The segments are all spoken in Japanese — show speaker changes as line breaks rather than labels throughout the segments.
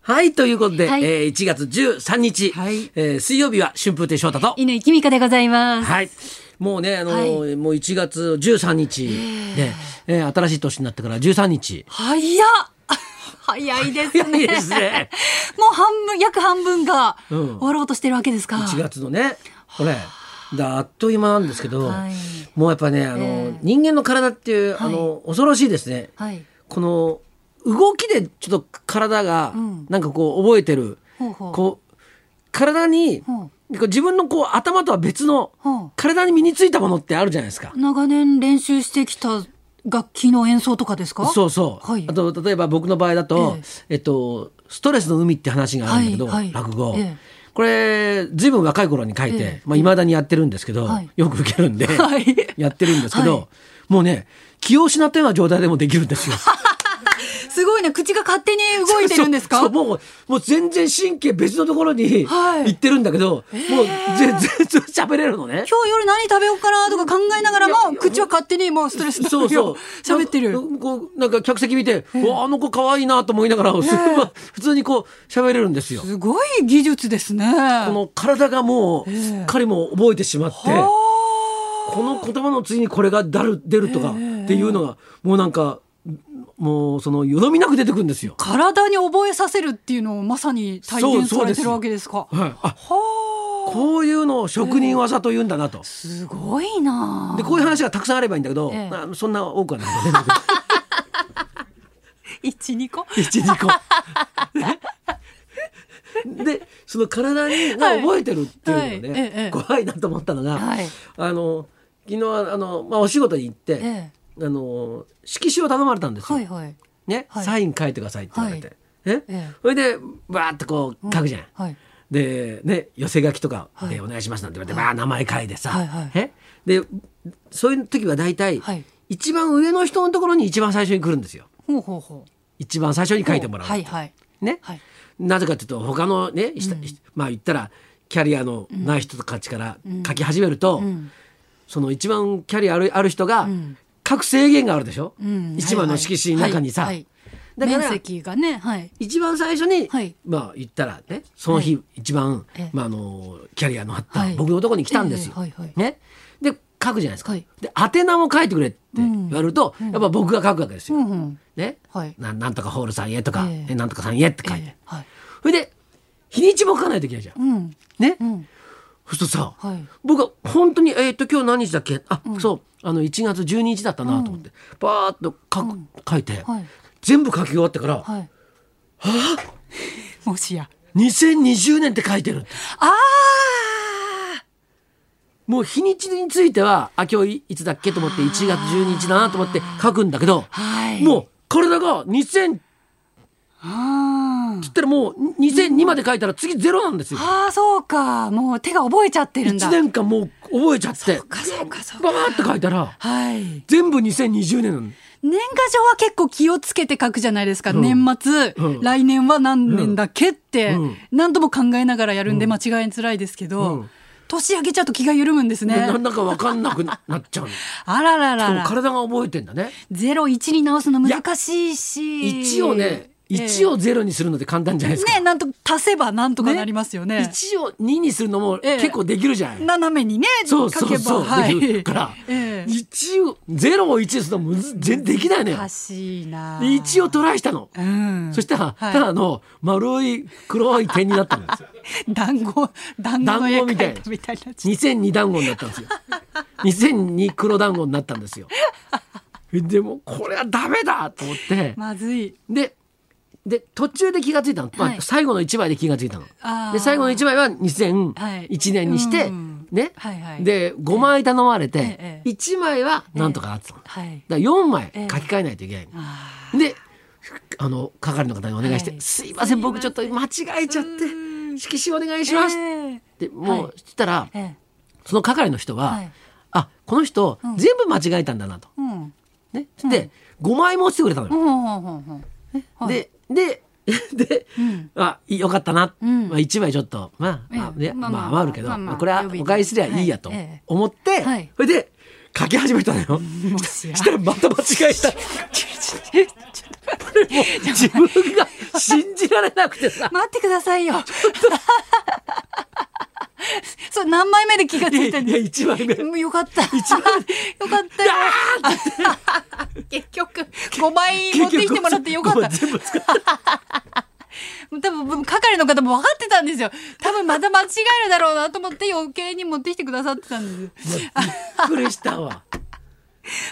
はい、ということで、
はい
えー1月13日、
はい
えー水曜日は春風亭昇太と、
犬井君香でございます。
はい。もうね、あのーもう1月13日で、えー新しい年になってから13日。
早っ早いですね。
早いですね
もう半分、約半分が
うん
終わろうとしてるわけですか。
1月のね、これ、だあっという間なんですけど、
はい
もうやっぱね、あのー
ええ
人間の体っていう、あのー恐ろしいですね。
はい。
この、動きでちょっと体が
うん、
なんかこう、覚えてる、
ほうほう。
こう、体に、こ
ほ
う自分のこう頭とは別の
うほ
体に身についたものってあるじゃないですか
う。。長年練習してきた楽器の演奏とかですか
そうそう、
はい
あと例えば僕の場合だと、え
え
っと、ストレスの海って話があるんだけど、
はいはい
落語、
ええ
これずいぶん若い頃に書いて、
ええ
まあ、未だにやってるんですけど、
はい
よく受けるんで、
はい
やってるんですけど、
は
もうね気を失ったような状態でもできるんですよ。
すごいね。口が勝手に動いてるんですか
そうそうもうもう全然神経別のところに
はい
行ってるんだけど、もう全然喋れるのね。
今日夜何食べようかなとか考えながらも、口は勝手にもうストレスの
そうそう
上を喋ってる。
なんかこうなんか客席見て、うわあの子可愛いなと思いながら、普通にこう喋れるんですよ。
すごい技術ですね。
この体がもう
ええ
すっかりもう覚えてしまって、
はあ
この言葉の次にこれがだる出るとかっていうのがもうなんかもうそのよどみなく出てくるんですよ。
体に覚えさせるっていうのをまさに体現されてるわけですか。
はい、あ
はあ、
こういうのを職人技と言うんだなと。
すごいなあ。
でこういう話がたくさんあればいいんだけど、
ええ
あそんな多くはないんだね。
一二個。
一二個。 でその体にが覚えてるっていうのがね、
はいはいええ
怖いなと思ったのが、
はい
あの昨日あの、まあ、お仕事に行って、
ええ
あの色紙を頼まれたんですよ、
はいはい。
ね、
はい
サイン書いてくださいって言われて、
はい
ね
ええ
それでバーってこう書くじゃん。
はい。
で、ね、寄せ書きとか
はい
でお願いしますなんて言われて、まあ名前書いてさ、
はいはい
えでそういう時は大体、
はい
一番上の人のところに一番最初に来るんですよ
ほうほうほう。
一番最初に書いてもらう、
はいはい。
ね、
はい。
なぜかというと他のね、したまあ言ったらキャリアのない人たちから書き始めると、
うん。
その一番キャリアあるある人が
ん
書く制限があるでしょ、
うん。
一番の色紙の中にさ、
はいはい
だから
面積がね、はい。
一番最初に、
はい
まあ言ったらねその日一番、
ええ
まあ、あのキャリアのあった
はい
僕のとこに来たんですよ。
ええはいはい
ね、で書くじゃないですか。
はい
で宛名も書いてくれって言われると、やっぱ僕が書くわけです
う
よ。
んうん。
ね
はい
ななんとかホールさんへとか、
ええ
えなんとかさんへって書いて、
ええはい。
それで日にちも書かないといけないじゃん。
うん。
ね、
うん。
そうするとさ、
はい。
僕は本当に、えっ、と、今日何日だっけあ、そう、あの、1月12日だったなと思って、バーっと書く、書いて、
はい。
全部書き終わってから、
はい。はあ。もしや。
2020年って書いてるって
ああ。
もう日にちについては、あ、今日いいつだっけと思って、1月12日だなと思って書くんだけど、
はい。
もう、体が2000っ
あ
つったらもう2002まで書いたら次ゼロなんですよ。
ああーそうかもう手が覚えちゃってるんだ
1年間もう覚えちゃって、
かそうかそう
バーって書いたら、
はい
全部2020年なの。
年賀状は結構気をつけて書くじゃないですか、
うん
年末、
うん
来年は何年だっけって
うん
何度も考えながらやるんで間違えづらいですけど、
うん
年明けちゃうと気が緩むんですね
ななんだかわかんなくなっちゃう の。
あらら
で
ら
も
ら
体が覚えてんだね。
ゼロ一に直すの難しいし
一をね、一
一
をゼロにするのって簡単じゃないですか。
ねなんと足せばなんとかなりますよね
一を二にするのも
ええ
結構できるじゃない。
斜めにね
そう
書
そ
け
う
ば
そう、
は
で
い
きるから、
ええ
一をゼロを一にするのむず全然できないのよ
難。しいな
で一をトライしたの。
うん
そしたら、
はい
ただの丸い黒い点になったんです よ。
団子団子の絵
団子みた
描
い
いたみたいになっちゃ
2002団子になったんですよ。2002黒団子になったんですよ。でもこれはダメだと思って
う、まずい
でで途中で気がついたの、
は
ま
い
あ、最後の1枚で気がついたの。
あー
で最後の1枚は
はい
2001年にして、
うん
ね、
はいはい
で5枚頼まれ
え
て
え
1枚はなんとかあってたの、
はい
だから4枚書
ええ
き換えないといけないの、
あ
であの係の方にお願いして「
はい
すいません僕ちょっと間違えちゃって色紙お願いします」
え
っても
は
うしたら、
ええ
その係の人は「
はい
あこの人、
ん
全部間違えたんだな」と。
うんうん
ね、で、5枚も落ちてくれたのよ。
うんうんうんはい
でで で、
ん
あよかったな、
うん
まあ、1枚ちょっとまあ、
ええ
まあね
ま
ま
あ
あ
まあ
余るけど、
まあまあ
まあこれは
予備で
お返しすりゃいいやと
はいええ
思って、
はい
それで書き始めたのよ。
もしや
したらまた間違えた。自分が信じられなくてさ
待ってくださいよ。 それ何枚目で気がつ
いや
い
い
た
や
んで
一枚目
よかった。
一枚
よかったよ。結 局5枚持ってきてもらってよかった。
結局ごめん全部使っ
多分係の方も分かってたんですよ。多分また間違えるだろうなと思って余計に持ってきてくださってたんです。
たびっくりしたわ、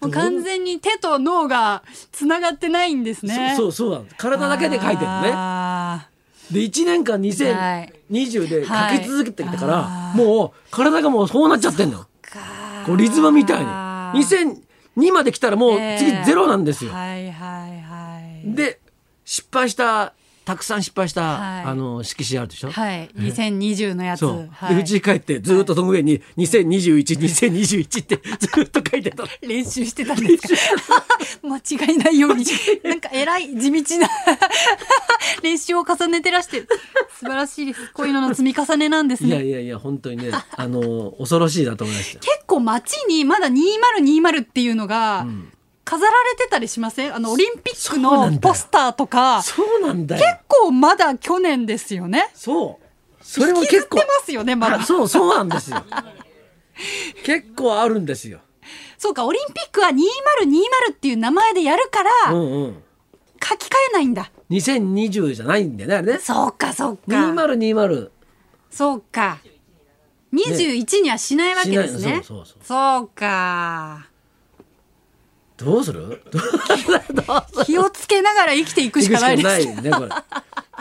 もう完全に手と脳がつながってないんです ね。
そううそうそうなの体だけで書いてるのねで1年間
はい
2020で書き続けてきたから、
は
もう体がもうそうなっちゃってんのこうリズムみたいに2002まで来たらもう次ゼロなんですよ、
はいはいはい。
で失敗したたくさん失敗した、
はい
あの色紙あるでしょ、
はい、2020のやつ。
そう、
は
でう
い、
ちに帰ってずっとその上に20212021ってずっと書い てたの
練習してたんですか 間違いないよう に。なんか偉い、地道な 練習を重ねてらして、素晴らしいです。こういうのの積み重ねなんです
いや
ね。
いやいや本当にねあの恐ろしいなと思いました
結構街にまだ2020っていうのが、
ん
飾られてたりしませんあの、オリンピック
そうなんだ
の
よ
ポスターとか、結
そうなんだよ
構まだ去年ですよね。
そうそれも
引きずっ
結
て
構
ますよね、まだ
あ。そうそうなんですよ結構あるんですよ
そうか、オリンピックは2020っていう名前でやるから、
うんうん
書き換えないんだ。
2020じゃないんだよねあれね
そうか、そうか。
2020
そうか。21にはしないわけです
しない
ね。
そうそうそう
そうか。
どうするどう
気をつけながら生きていくしかないです。
いねこれ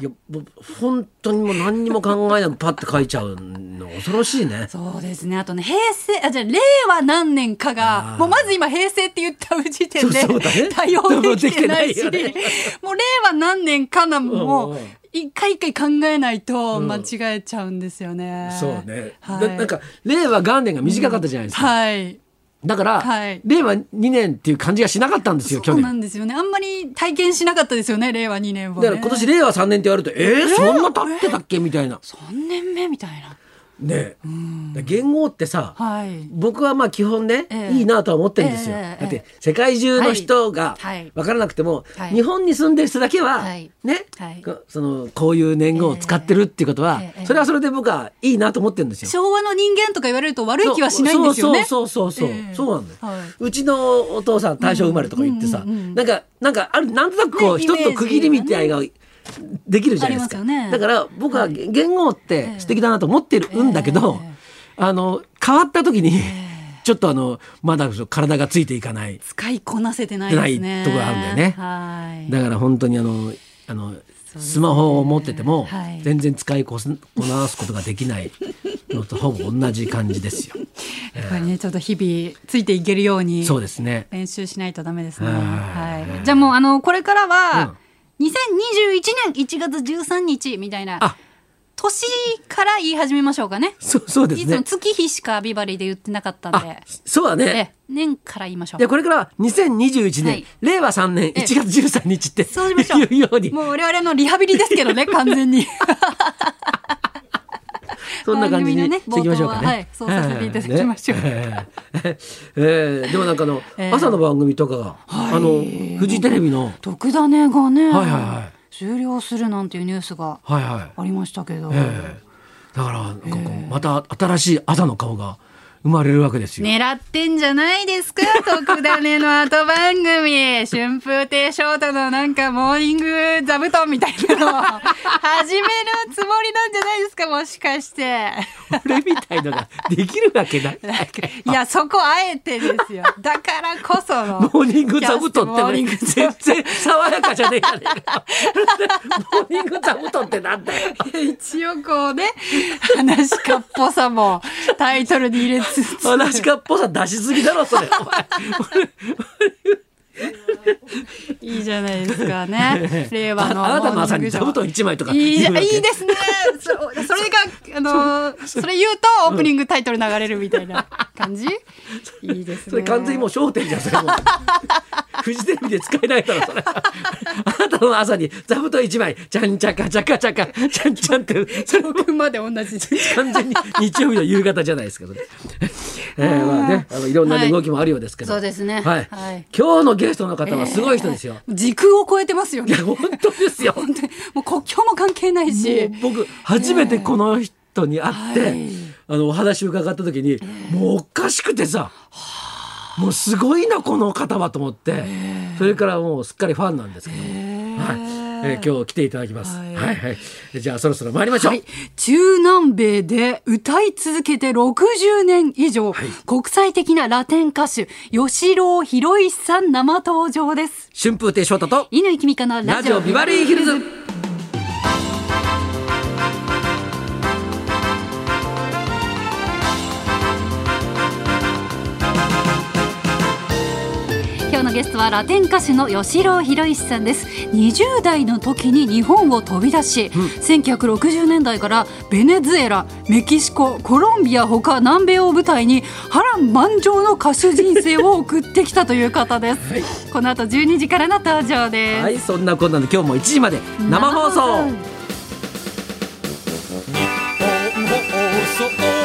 いやもう本当にもう何にも考えなくパッて書いちゃうの恐ろしいね
そうですね。あとね、平成、あ、じゃあ令和何年か
あ
が
ー、
もうまず今平成って言った時点で
そうそうだね
対応できてないし、
でもできてないよね
もう令和何年かなの
うん
も
うん、
一回一回考えないと
ん
間違えちゃうんですよね。
そうね、
はい
だなんか令和元年が短かったじゃないですか、
はい。
だから、
はい
令和2年っていう感じがしなかったんですよ
そ
去
う
年
なんですよね。あんまり体験しなかったですよね、令和2年は、
だ
ね。
から今年令和3年って言われるとえー、そんな経ってたっけみたいな
3年目みたいな。
ねえだから元号ってさ
はい。
僕はまあ基本ね、
ええ
いいなとは思ってるんですよ、
ええええ
だって世界中の人が
はいはい
分からなくても、
はい
日本に住んでる人だけは、
はい
ね、
はい
こそのこういう年号を使ってるっていうことは、
ええええ
それはそれで僕はいいなと思ってるんですよ。
昭和の人間とか言われると悪い気はしないんですよね。
そうそうそうそうそう、
ええ
そうなんだよ、
はいう
ちのお父さん大正生まれとか言ってさ、
うんうんうんうん
なんかなんかあるなんとなくこう、
ね
一つの区切りみたいなのができるじゃないです
あ
か。
りますよね
だから僕は言語って素敵だなと思ってるんだけど、
え
あの変わった時に、ちょっとあのまだ体がついていかない。
使いこなせてないですね。
ないところあるんだよね
はい。
だから本当にあのあの、スマホを持ってても、
はい
全然使いこすこなすことができないのとほぼ同じ感じですよ。
やっぱりね、ちょっと日々ついていけるように
そうですね。
練習しないとダメですね。
はい
はい。じゃあもうあのこれからは、2021年1月13日みたいな
あ
年から言い始めましょうかね。
そうそうです
いつ
ね
も。月日しかビバリーで言ってなかったん
あ
で、
そうだね。
ええ年から言いましょう
で。これからは2021年、
はい
令和3年1
え
月13日って
そうしましょう。
言うように
もう我々のリハビリですけど ね、完全に。
そんな感じに
番組のね
していきましょうかね。
冒頭ははいそうさせていただきましょう
ねええでもなんかあの、
ええ
朝の番組とかが、あのフジテレビの
特ダネがね、
はいはいはい
終了するなんていうニュースが
はいはい。
ありましたけど、
ええだからなんかこう、また新しい朝の顔が生まれるわけ ですよ。
狙ってんじゃないですか特ダネの後番 組春風亭昇太のなんかモーニング座布団みたいなのを始めるつもりなんじゃないですかもしかして
俺みたいのができるわけない。
いやそこあえてですよだからこその
モーニング座布団って
モーニン
ね
グ座布
全
団
然爽やかじゃねえやねんかモーニング座布団ってなんだよ。
一応こうね話し家っぽさもタイトルに入れつつ
話かっぽさ出しすぎだろそれ。
いいじゃないですか ね。令
あ
和
あ
の
なたまさ
モーニング
に
ショ
座
ー
布団一枚とか
いいじ
言
ゃ
うわけ
いいですね。そそれがあのーそれ言うとオープニングタイトル流れるみたいな感じ。いいですね。
それ完全にもう焦点じゃんそれもうフジテレビで使えないだろそれあなたの朝に座布団一枚ちゃんちゃかちゃかちゃかちゃんちゃんってそれ
僕まで同じ。
完全に日曜日の夕方じゃないですけどねえーまあねあのいろんなね
はい
動きもあるようですけど、
そうですね
はい
はい
今日のゲストの方はすごい人ですよ、
時空を超えてますよね
い。や本当です よ
本当にもう国境も関係ないし
もう僕初めてこの人に会って、
え
あのお話伺った時に、もうおかしくてさ、もうすごいなこの方はと思って、それからもうすっかりファンなんですけども、はいえー今日来ていただきます、は
はいい
はいじゃあそろそろ参りましょう、
はい、中南米で歌い続けて60年以上、国際的なラテン歌手吉郎博一さん生登場です
春風亭昇太と
乾きみかの
ラ
ラ
ジ
ジ
オ
オ
ビバリーヒルズ
今日のゲストはラテン歌手の吉郎博一さんです20代の時に日本を飛び出し、1960年代からベネズエラメキシココロンビアほか南米を舞台に波乱万丈の歌手人生を送ってきたという方です、この後12時からの登場です、
はいそんなこんなの今日も1時まで生放送
生放送
日本放送